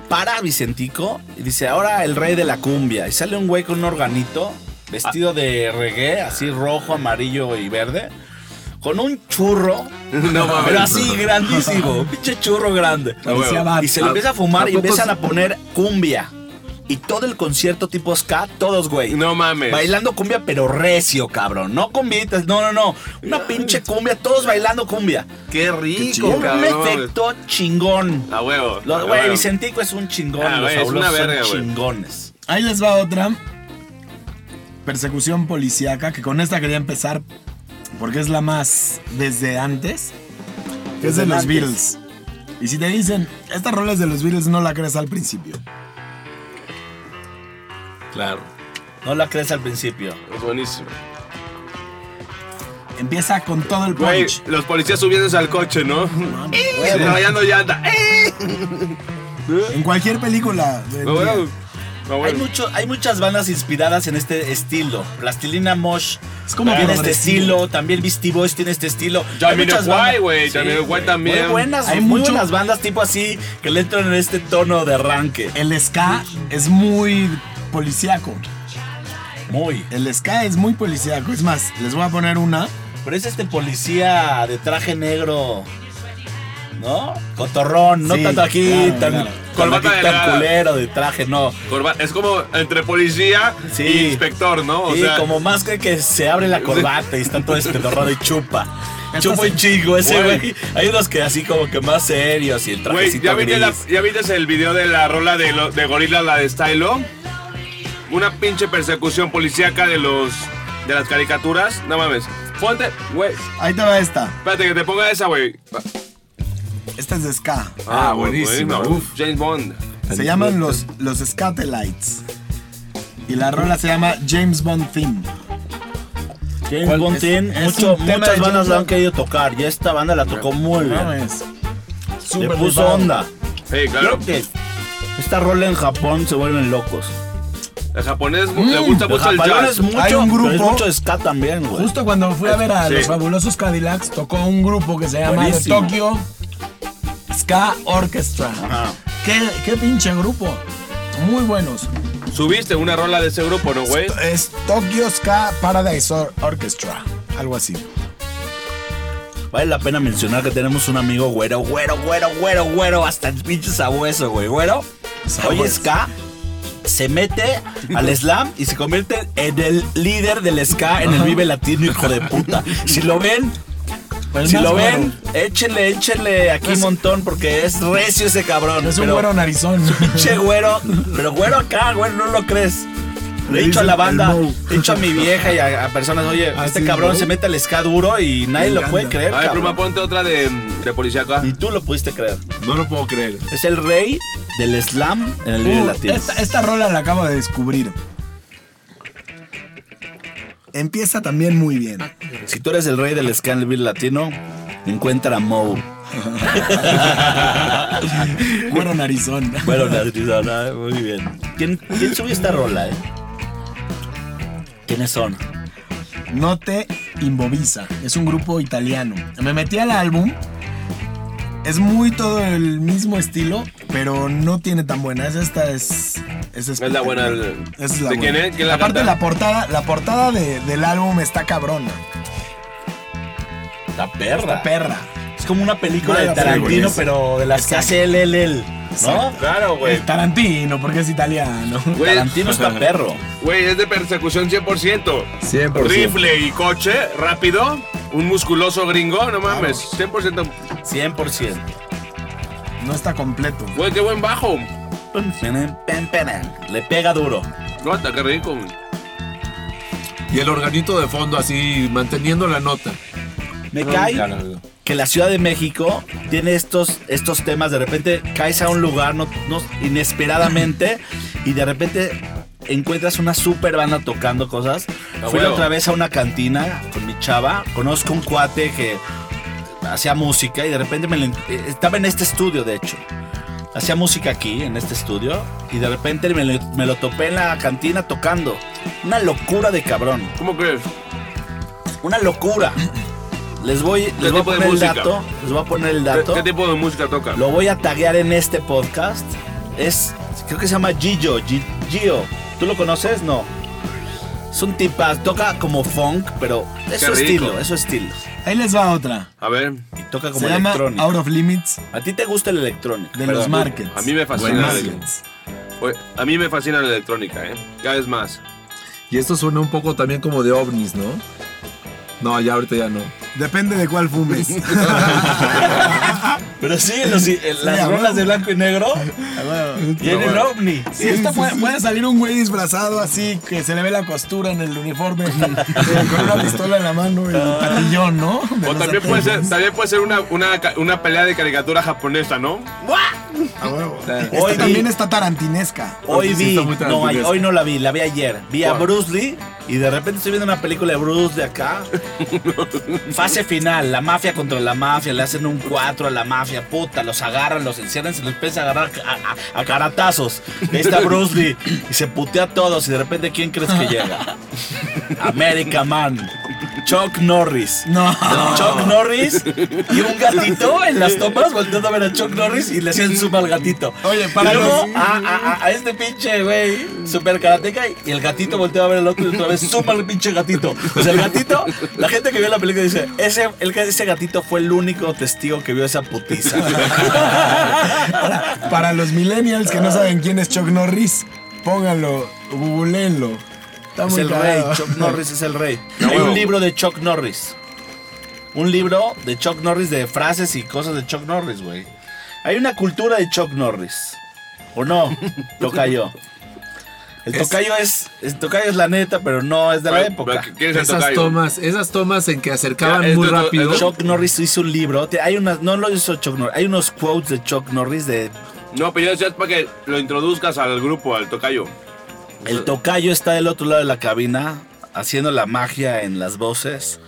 Speaker 1: para Vicentico y dice, ahora el rey de la cumbia. Y sale un güey con un organito, vestido de reggae, así rojo, amarillo y verde, con un churro,
Speaker 4: [laughs] no mames.
Speaker 1: pero así grandísimo, un pinche churro grande.
Speaker 2: Parecía
Speaker 4: Ah,
Speaker 2: Bad.
Speaker 1: Y se lo empieza a
Speaker 3: ¿a
Speaker 1: fumar y
Speaker 3: poco
Speaker 1: empiezan
Speaker 3: sí?
Speaker 1: a poner cumbia. Y todo el concierto tipo ska, todos güey.
Speaker 4: No mames.
Speaker 1: Bailando cumbia, pero recio, cabrón. No cumbitas, no, no, no. Una pinche cumbia, todos bailando cumbia.
Speaker 4: Qué
Speaker 1: Un
Speaker 4: rico, cabrón.
Speaker 1: efecto chingón.
Speaker 4: A huevo.
Speaker 1: Lo-
Speaker 4: a
Speaker 1: Güey,
Speaker 4: huevo.
Speaker 1: Vicentico es un chingón.
Speaker 4: Ah,
Speaker 1: los
Speaker 4: güey, es
Speaker 1: fabulosos
Speaker 4: una verga,
Speaker 1: son
Speaker 4: güey.
Speaker 1: chingones.
Speaker 2: Ahí les va otra. Persecución policíaca, que con esta quería empezar porque es la más desde antes. Que es
Speaker 1: Desde
Speaker 2: de los
Speaker 1: antes.
Speaker 2: Beatles. Y si te dicen, esta rola es de los Beatles, no la crees al principio.
Speaker 3: Claro.
Speaker 1: No la crees al principio.
Speaker 4: Es buenísimo.
Speaker 2: Empieza con todo el
Speaker 4: Güey,
Speaker 2: punch.
Speaker 4: los policías subiéndose al coche, ¿no?
Speaker 2: Güey,
Speaker 4: Rayando llanta. ¡Eh!
Speaker 2: en cualquier película. del
Speaker 4: No,
Speaker 2: día.
Speaker 4: bueno. No,
Speaker 1: Hay,
Speaker 4: bueno.
Speaker 1: mucho, hay muchas bandas inspiradas en este estilo. Plastilina Mosh
Speaker 2: Es como
Speaker 1: tiene este
Speaker 2: progresivo.
Speaker 1: estilo. También Beastie Boys tiene este estilo. Hay muchas
Speaker 4: Jamiroquai,
Speaker 1: bandas-
Speaker 4: güey. Jamiroquai también.
Speaker 1: Muy buenas,
Speaker 2: Hay
Speaker 1: muy
Speaker 2: mucho-
Speaker 1: buenas bandas tipo así que le entran en este tono de arranque.
Speaker 2: El ska es muy policíaco.
Speaker 1: Muy.
Speaker 2: El ska es muy policíaco. Es más, les voy a poner una.
Speaker 1: Pero es este policía de traje negro. ¿No? Cotorrón, no
Speaker 2: Sí,
Speaker 1: tanto aquí,
Speaker 2: claro,
Speaker 1: tan,
Speaker 2: claro.
Speaker 1: tan
Speaker 4: Corbata
Speaker 1: aquí, tan
Speaker 4: delgada.
Speaker 1: culero de traje, no.
Speaker 4: Corba- Es como entre policía
Speaker 1: Sí.
Speaker 4: y inspector, ¿no? O
Speaker 1: sí,
Speaker 4: sea,
Speaker 1: como más que que se abre la corbata y está todo este dorado y chupa.
Speaker 2: Esta
Speaker 1: Chupa
Speaker 2: se-
Speaker 1: y chingo ese
Speaker 4: Güey.
Speaker 1: güey. Hay unos que así como que más serios y el
Speaker 4: güey, ¿ya,
Speaker 1: trajecito
Speaker 4: viste
Speaker 1: gris.
Speaker 4: la- ya viste el video de la rola de, lo- de Gorila, la de Stylo? Una pinche persecución policíaca de los de las caricaturas. No mames. Ponte, güey.
Speaker 2: Ahí te va esta.
Speaker 4: Espérate que te ponga esa, güey.
Speaker 1: Ah,
Speaker 2: Esta es de ska.
Speaker 3: Ah,
Speaker 4: güey,
Speaker 3: buenísima,
Speaker 4: buena.
Speaker 3: uf.
Speaker 4: James Bond.
Speaker 2: Se llaman los, los Scatelites. Y la rola se llama James Bond Theme.
Speaker 1: James
Speaker 2: ¿Cuál
Speaker 1: Bond
Speaker 2: es-
Speaker 1: Teen,
Speaker 2: es
Speaker 1: mucho-
Speaker 2: un tema de
Speaker 1: muchas
Speaker 2: James
Speaker 1: bandas la han
Speaker 2: Bond?
Speaker 1: querido tocar. Ya esta banda la tocó muy
Speaker 2: No
Speaker 1: bien.
Speaker 2: es.
Speaker 1: Le
Speaker 2: Super
Speaker 1: puso
Speaker 2: rifado.
Speaker 1: onda.
Speaker 4: Sí, claro.
Speaker 1: Creo que esta rola en Japón se vuelven locos.
Speaker 4: El japonés le gusta
Speaker 1: Mm, Los
Speaker 4: mucho el
Speaker 1: japoneses
Speaker 4: jazz.
Speaker 1: mucho,
Speaker 2: Hay un
Speaker 1: pero es
Speaker 2: grupo-
Speaker 1: mucho ska también, güey.
Speaker 2: Justo cuando fui a ver a
Speaker 4: Sí.
Speaker 2: los fabulosos Cadillacs, tocó un grupo que se llama The
Speaker 1: Buenísimo.
Speaker 2: Tokyo Ska Orchestra.
Speaker 1: Ajá.
Speaker 2: ¿Qué, qué pinche grupo. Muy buenos.
Speaker 4: Subiste una rola de ese grupo, ¿no, güey?
Speaker 2: Es Tokyo Ska Paradise Or- Orchestra. Algo así.
Speaker 1: Vale la pena mencionar que tenemos un amigo güero, güero, güero, güero, güero, hasta el pinche sabueso, güey, güero. Oye, Ska se mete al slam y se convierte en el líder del ska en el Vive Latino, hijo de puta. Si lo ven,
Speaker 2: El
Speaker 1: si
Speaker 2: más
Speaker 1: lo
Speaker 2: güero.
Speaker 1: ven, échenle, échenle aquí un
Speaker 2: Es-
Speaker 1: montón porque es recio ese cabrón.
Speaker 2: Es un
Speaker 1: pero- [laughs]
Speaker 2: güero narizón.
Speaker 1: Che, güero, pero güero acá, güero, no lo crees. Le
Speaker 3: Le
Speaker 1: he dicho a la
Speaker 3: dicen
Speaker 1: banda,
Speaker 3: el Mou.
Speaker 1: he dicho a mi vieja y a, a personas,
Speaker 2: [laughs]
Speaker 1: oye,
Speaker 3: Ah,
Speaker 1: este
Speaker 3: sí,
Speaker 1: cabrón
Speaker 3: ¿no?
Speaker 1: se mete al ska duro y nadie lo
Speaker 3: encanta.
Speaker 1: puede creer,
Speaker 4: A ver,
Speaker 1: cabrón.
Speaker 4: Pluma, ponte otra de, de policía acá.
Speaker 1: Y tú lo pudiste creer.
Speaker 3: No lo puedo creer.
Speaker 1: Es el rey del slam en el video
Speaker 2: Uh,
Speaker 1: latino.
Speaker 2: esta, esta rola la acabo de descubrir. Empieza también muy bien.
Speaker 1: Si tú eres el rey del ska en el video latino, encuentra a Moe.
Speaker 2: Güero narizón.
Speaker 1: Bueno, Narcisana, muy bien. ¿Quién, quién subió esta rola, eh? ¿Quiénes son?
Speaker 2: No te imbovisa. Es un grupo italiano. Me metí al álbum. Es muy todo el mismo estilo, pero no tiene tan buenas. Esta es. Es,
Speaker 4: Es la buena.
Speaker 2: espectacular. Esa
Speaker 4: el-
Speaker 2: es la
Speaker 4: ¿De
Speaker 2: buena.
Speaker 4: quién es? ¿Quién la
Speaker 2: Aparte
Speaker 4: canta?
Speaker 2: la portada, la portada de- del álbum está cabrona.
Speaker 1: La perra.
Speaker 2: Está perra.
Speaker 1: Es como una película
Speaker 2: Mala
Speaker 1: de Tarantino,
Speaker 2: vergüenza.
Speaker 1: pero de las que hace el, el, el. ¿No?
Speaker 2: Exacto.
Speaker 4: Claro, güey.
Speaker 2: Es Tarantino, porque es italiano.
Speaker 4: Güey,
Speaker 1: Tarantino está perro.
Speaker 4: Güey, es de persecución 100%.
Speaker 3: 100%.
Speaker 4: Rifle y coche, rápido. Un musculoso gringo, no mames. 100%.
Speaker 1: 100%.
Speaker 2: No está completo.
Speaker 4: Güey, qué buen bajo.
Speaker 1: Pum, penem, pem, penem. Le pega duro.
Speaker 4: Nota, qué rico. güey.
Speaker 3: Y el organito de fondo así, manteniendo la nota.
Speaker 1: Me cae
Speaker 3: Ya, la verdad.
Speaker 1: que la Ciudad de México tiene estos, estos temas. De repente caes a un lugar no, no- inesperadamente y de repente encuentras una super banda tocando cosas.
Speaker 4: Ah,
Speaker 1: Fui la
Speaker 4: huevo.
Speaker 1: otra vez a una cantina con mi chava. Conozco un cuate que hacía música y de repente me lo en- eh, estaba en este estudio, de hecho. Hacía música aquí, en este estudio, y de repente me lo, me lo topé en la cantina tocando. Una locura de cabrón.
Speaker 4: ¿Cómo crees?
Speaker 1: Una locura. Les voy, les voy a
Speaker 4: tipo de
Speaker 1: poner el
Speaker 4: música?
Speaker 1: dato. Les voy a poner el
Speaker 4: ¿Qué,
Speaker 1: dato.
Speaker 4: qué tipo de música toca?
Speaker 1: Lo voy a taguear en este podcast. Es, creo que se llama Gillo. Gi- Gio. ¿Tú lo conoces? No. Es un tipazo. Toca como funk, pero es
Speaker 4: Qué
Speaker 1: su
Speaker 4: rico.
Speaker 1: estilo, es su estilo.
Speaker 2: Ahí les va otra.
Speaker 4: A ver,
Speaker 1: Y toca como
Speaker 2: Se llama
Speaker 1: electrónico.
Speaker 2: Out of Limits
Speaker 1: a ti te gusta el electrónico.
Speaker 2: de
Speaker 1: pero-
Speaker 2: los Markets.
Speaker 4: a mí me fascina.
Speaker 3: Buenas.
Speaker 4: la- Oye, A mí me fascina la electrónica, ¿eh? Cada vez más.
Speaker 3: Y esto suena un poco también como de ovnis, ¿no? No, ya ahorita ya no.
Speaker 2: Depende de cuál
Speaker 4: [laughs]
Speaker 2: fumes. [laughs]
Speaker 1: Pero sí, los- el- las
Speaker 2: a huevo.
Speaker 1: rolas de blanco y
Speaker 2: [laughs]
Speaker 1: negro
Speaker 2: Ah,
Speaker 1: tienen
Speaker 4: bueno.
Speaker 1: ovni.
Speaker 2: Sí, esta puede, puede salir un güey disfrazado así, que se le ve la costura en el uniforme, [laughs] con una pistola en la mano y el patillón, ¿no? De
Speaker 4: O
Speaker 2: los
Speaker 4: también puede ser,
Speaker 2: satélites.
Speaker 4: también puede ser una, una, ca- una pelea de caricatura japonesa, ¿no?
Speaker 2: A Ah, huevo. Esta
Speaker 1: Hoy vi-
Speaker 2: también está tarantinesca.
Speaker 1: Hoy
Speaker 3: Sí,
Speaker 1: vi,
Speaker 3: está
Speaker 1: no,
Speaker 3: muy
Speaker 1: ay,
Speaker 3: tarantinesco.
Speaker 1: hoy no la vi, la vi ayer. Vi a
Speaker 4: ¿Cuál?
Speaker 1: Bruce Lee y de repente estoy viendo una película de Bruce de
Speaker 3: [laughs]
Speaker 1: acá. Fase final, la mafia contra la mafia, le hacen un 4 a la mafia, puta, los agarran, los encierran, se los empieza a agarrar a, a- a caratazos. Ahí está Bruce Lee y se putea a todos y de repente ¿quién crees que
Speaker 3: [laughs]
Speaker 1: llega? America Man, Chuck Norris.
Speaker 2: No.
Speaker 1: [laughs]
Speaker 2: [laughs]
Speaker 1: Chuck Norris y un gatito en las tomas volteando a ver a Chuck Norris y le hacían zumba al gatito.
Speaker 2: Oye,
Speaker 1: Y
Speaker 2: para
Speaker 1: luego
Speaker 2: los-
Speaker 1: a, a- a- a este pinche güey, super karateca, y el gatito volteó a ver al otro y otra vez zumba al pinche gatito. O sea, el gatito, la gente que vio la película dice, ese, el, ese gatito fue el único testigo que vio esa
Speaker 2: [laughs]
Speaker 1: putiza.
Speaker 2: Para los millennials que no saben quién es Chuck Norris, pónganlo, googleenlo. Está
Speaker 1: es
Speaker 2: muy
Speaker 1: el rey,
Speaker 2: cagado.
Speaker 1: Chuck Norris es el rey.
Speaker 4: No,
Speaker 1: Hay un
Speaker 4: huevo.
Speaker 1: libro de Chuck Norris. Un libro de Chuck Norris de frases y cosas de Chuck Norris, güey. Hay una cultura de Chuck Norris. ¿O no? [laughs] Tocayo. El
Speaker 3: Es-
Speaker 1: tocayo es, el tocayo es la neta, pero no es de la
Speaker 4: Oye,
Speaker 1: época.
Speaker 4: pero ¿Quién es el
Speaker 3: Esas
Speaker 4: tocayo?
Speaker 3: tomas, esas tomas en que acercaban
Speaker 4: Ya, es
Speaker 3: muy
Speaker 4: de-
Speaker 3: rápido.
Speaker 4: es de-
Speaker 1: Chuck Norris hizo un libro. Te- Hay unas, no lo hizo Chuck Norris. Hay unos quotes de Chuck Norris de
Speaker 4: No, pero yo decía es para que lo introduzcas al grupo, al tocayo.
Speaker 1: El tocayo está del otro lado de la cabina, haciendo la magia en las voces,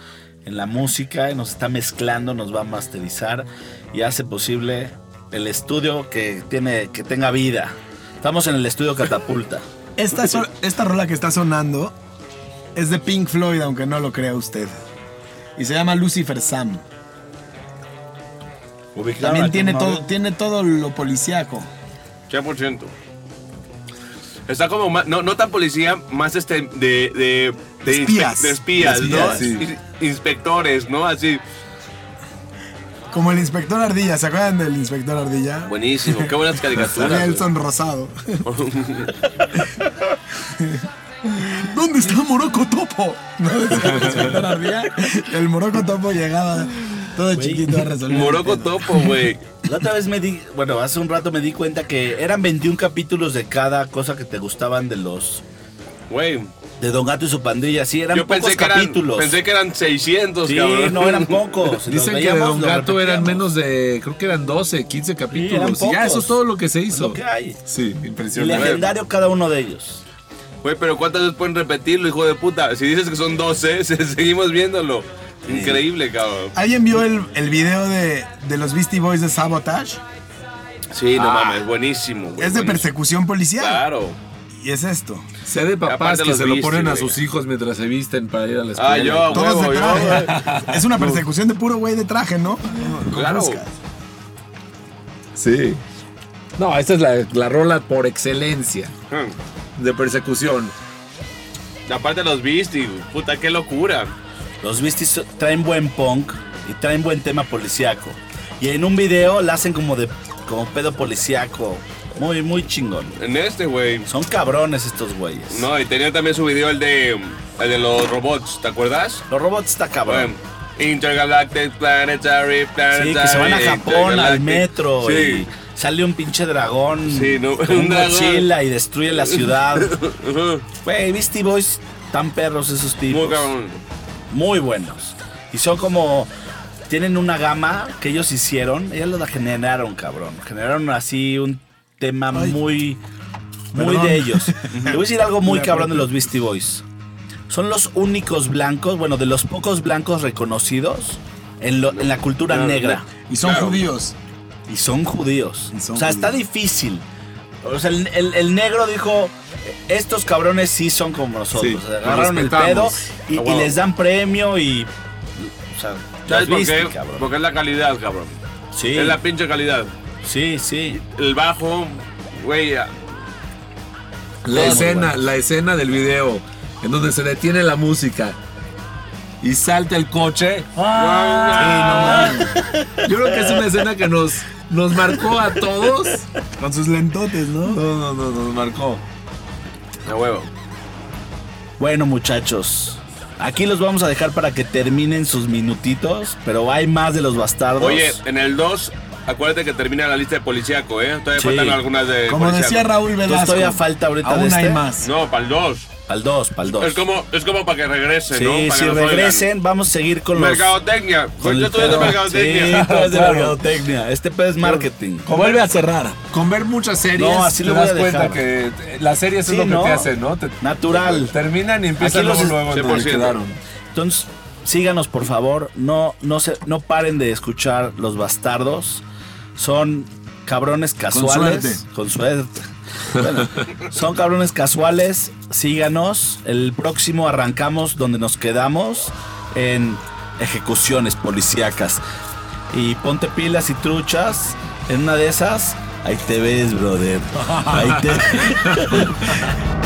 Speaker 1: en la música, y nos está mezclando, nos va a masterizar y hace posible el estudio que, tiene, que tenga vida. Estamos en el
Speaker 3: [laughs]
Speaker 1: estudio Catapulta.
Speaker 2: Esta, so- esta rola que está sonando es de Pink Floyd, aunque no lo crea usted. Y se llama Lucifer Sam. También tiene todo, tiene todo lo policíaco.
Speaker 4: 100%. Está como ma- no, no tan policía, más este de, de, de
Speaker 2: Espías.
Speaker 4: inspe- de espías,
Speaker 2: De
Speaker 4: ¿no?
Speaker 2: espías,
Speaker 3: sí.
Speaker 4: In- Inspectores, ¿no? Así.
Speaker 2: Como el inspector Ardilla, ¿se acuerdan del inspector Ardilla?
Speaker 4: Buenísimo,
Speaker 2: [laughs]
Speaker 4: qué buenas
Speaker 2: Salía
Speaker 4: caricaturas.
Speaker 2: el
Speaker 4: güey.
Speaker 2: sonrosado. [laughs] ¿Dónde está Moroco Topo? [laughs] ¿No? El inspector Ardilla, el Moroco Topo llegaba todo chiquito a resolver. el
Speaker 4: Moroco
Speaker 2: pedo.
Speaker 4: Topo, güey.
Speaker 1: La otra vez me di, bueno, hace un rato me di cuenta que eran 21 capítulos de cada cosa que te gustaban de los
Speaker 4: Güey,
Speaker 1: de Don Gato y su pandilla. Sí, eran
Speaker 4: yo
Speaker 1: pocos
Speaker 4: pensé que, eran,
Speaker 1: capítulos.
Speaker 4: pensé que eran 600,
Speaker 1: sí,
Speaker 4: cabrón.
Speaker 1: no eran pocos. Los
Speaker 3: Dicen que de
Speaker 1: veíamos,
Speaker 3: Don
Speaker 1: los
Speaker 3: Gato eran
Speaker 1: repetíamos.
Speaker 3: menos de, creo que eran 12, 15 capítulos.
Speaker 1: eran
Speaker 3: y ya,
Speaker 1: pocos.
Speaker 3: eso es todo lo que se hizo.
Speaker 1: Lo que hay.
Speaker 3: Sí,
Speaker 1: Y
Speaker 3: impresionante.
Speaker 1: legendario cada uno de ellos.
Speaker 4: [laughs] Güey, pero ¿cuántas veces pueden repetirlo, hijo de puta? Si dices que son 12, [laughs] se- seguimos viéndolo. Increíble, cabrón.
Speaker 2: ¿Alguien vio el, el video de, de los Beastie Boys de Sabotage?
Speaker 4: Sí, no mames, buenísimo, güey.
Speaker 2: es de
Speaker 4: buenísimo.
Speaker 2: persecución policial.
Speaker 4: Ah. Claro.
Speaker 2: Y es esto.
Speaker 3: Sé de papás
Speaker 4: Aparte
Speaker 3: que
Speaker 4: los
Speaker 3: se lo
Speaker 4: viste,
Speaker 3: ponen a
Speaker 4: güey.
Speaker 3: sus hijos mientras se visten para ir a la escuela.
Speaker 4: Ah, yo,
Speaker 2: Todos
Speaker 4: huevo,
Speaker 2: de
Speaker 4: yo,
Speaker 2: traje.
Speaker 4: güey. [laughs]
Speaker 2: Es una persecución de puro güey de traje, ¿no?
Speaker 4: Claro.
Speaker 3: Sí. No, esta es la, la rola por excelencia de persecución.
Speaker 4: Hmm. Aparte los viste, puta, qué locura.
Speaker 1: Los Beasties traen buen punk y traen buen tema policíaco. Y en un video la hacen como de como pedo policíaco. Muy, muy chingón.
Speaker 4: En este, güey.
Speaker 1: Son cabrones estos güeyes.
Speaker 4: No, y tenía también su video el de, el de los robots, ¿te acuerdas?
Speaker 1: Los robots está cabrón.
Speaker 4: Bueno, Intergalactic Planetary Planetary.
Speaker 1: Sí, que se van a Japón al
Speaker 4: Intergalactic.
Speaker 1: metro
Speaker 4: Sí.
Speaker 1: y sale un pinche dragón
Speaker 4: Sí, no,
Speaker 1: con
Speaker 4: [laughs] un
Speaker 1: un
Speaker 4: dragón.
Speaker 1: mochila y destruye la
Speaker 4: [laughs]
Speaker 1: ciudad.
Speaker 4: Ujú,
Speaker 1: Güey, Beastie Boys, tan perros esos tipos.
Speaker 4: Muy cabrón.
Speaker 1: Muy buenos. Y son como. Tienen una gama que ellos hicieron. Ellos la generaron, cabrón. Generaron así un tema
Speaker 2: Ay.
Speaker 1: muy. Muy
Speaker 2: Perdón.
Speaker 1: de
Speaker 2: [laughs]
Speaker 1: ellos. Te voy a decir algo muy
Speaker 2: Me
Speaker 1: cabrón de
Speaker 2: apreté.
Speaker 1: los Beastie Boys. Son los únicos blancos, bueno, de los pocos blancos reconocidos en, lo- en la cultura
Speaker 4: No, no,
Speaker 1: negra.
Speaker 2: Y son
Speaker 4: Claro.
Speaker 2: judíos.
Speaker 1: Y son judíos.
Speaker 2: Y son
Speaker 1: o sea, está
Speaker 2: judíos.
Speaker 1: difícil. O sea, el, el- el negro dijo, estos cabrones sí son como nosotros.
Speaker 3: Sí,
Speaker 1: O sea, agarraron el pedo
Speaker 3: respetamos.
Speaker 1: y,
Speaker 4: Ah,
Speaker 1: y
Speaker 4: wow.
Speaker 1: les dan premio y... O sea, los
Speaker 4: ¿Sabes por
Speaker 1: viste,
Speaker 4: qué?
Speaker 1: cabrón.
Speaker 4: Porque es la calidad, cabrón.
Speaker 1: Sí,
Speaker 4: Es la pinche calidad.
Speaker 1: sí, sí.
Speaker 4: El bajo, güey, ah,
Speaker 1: Todo
Speaker 3: La
Speaker 1: muy
Speaker 3: escena,
Speaker 1: bueno.
Speaker 3: la escena del video en donde se detiene la música y salta el coche.
Speaker 1: Ah,
Speaker 3: Sí, no mames. Yo creo que es una escena que nos, nos marcó a todos.
Speaker 2: Con sus lentotes, ¿no?
Speaker 3: No, no, no, nos marcó.
Speaker 4: a huevo.
Speaker 1: Bueno, muchachos. Aquí los vamos a dejar para que terminen sus minutitos, pero hay más de los bastardos.
Speaker 4: Oye, en el 2, acuérdate que termina la lista de policíaco, ¿eh? Todavía
Speaker 1: Sí.
Speaker 4: faltan algunas de
Speaker 2: Como
Speaker 4: policíaco.
Speaker 2: decía Raúl
Speaker 1: Entonces
Speaker 2: Velasco.
Speaker 1: todavía falta ahorita
Speaker 2: Aún
Speaker 1: de
Speaker 2: hay
Speaker 1: este.
Speaker 2: más.
Speaker 4: No, para el 2.
Speaker 1: Pal 2, pal 2.
Speaker 4: Es como, es como para que regresen,
Speaker 1: Sí,
Speaker 4: ¿no? Para
Speaker 1: si
Speaker 4: que nos oigan.
Speaker 1: regresen, vamos a seguir con los...
Speaker 4: Mercadotecnia.
Speaker 1: con
Speaker 4: Yo
Speaker 1: el
Speaker 4: estoy de
Speaker 1: pedo.
Speaker 4: mercadotecnia.
Speaker 1: Sí, tú eres de
Speaker 3: Claro.
Speaker 1: mercadotecnia. Este pedo es marketing.
Speaker 3: Vuelve a cerrar. Con ver muchas series,
Speaker 1: No, así
Speaker 3: te
Speaker 1: lo voy
Speaker 3: das
Speaker 1: a dejar.
Speaker 3: cuenta que te- las series
Speaker 1: Sí,
Speaker 3: es lo que
Speaker 1: ¿no?
Speaker 3: te hacen, ¿no? Te-
Speaker 1: Natural.
Speaker 3: Terminan y empiezan
Speaker 1: Aquí los-
Speaker 3: luego, luego en donde
Speaker 4: 100%.
Speaker 3: quedaron.
Speaker 1: Entonces, síganos por favor. No, no, se, no paren de escuchar Los Bastardos. Son cabrones casuales. Con suerte. Bueno, son cabrones casuales. Síganos. El próximo arrancamos donde nos quedamos en ejecuciones policíacas. Y ponte pilas y truchas. [laughs] En una de esas, ahí te ves, brother. Ahí te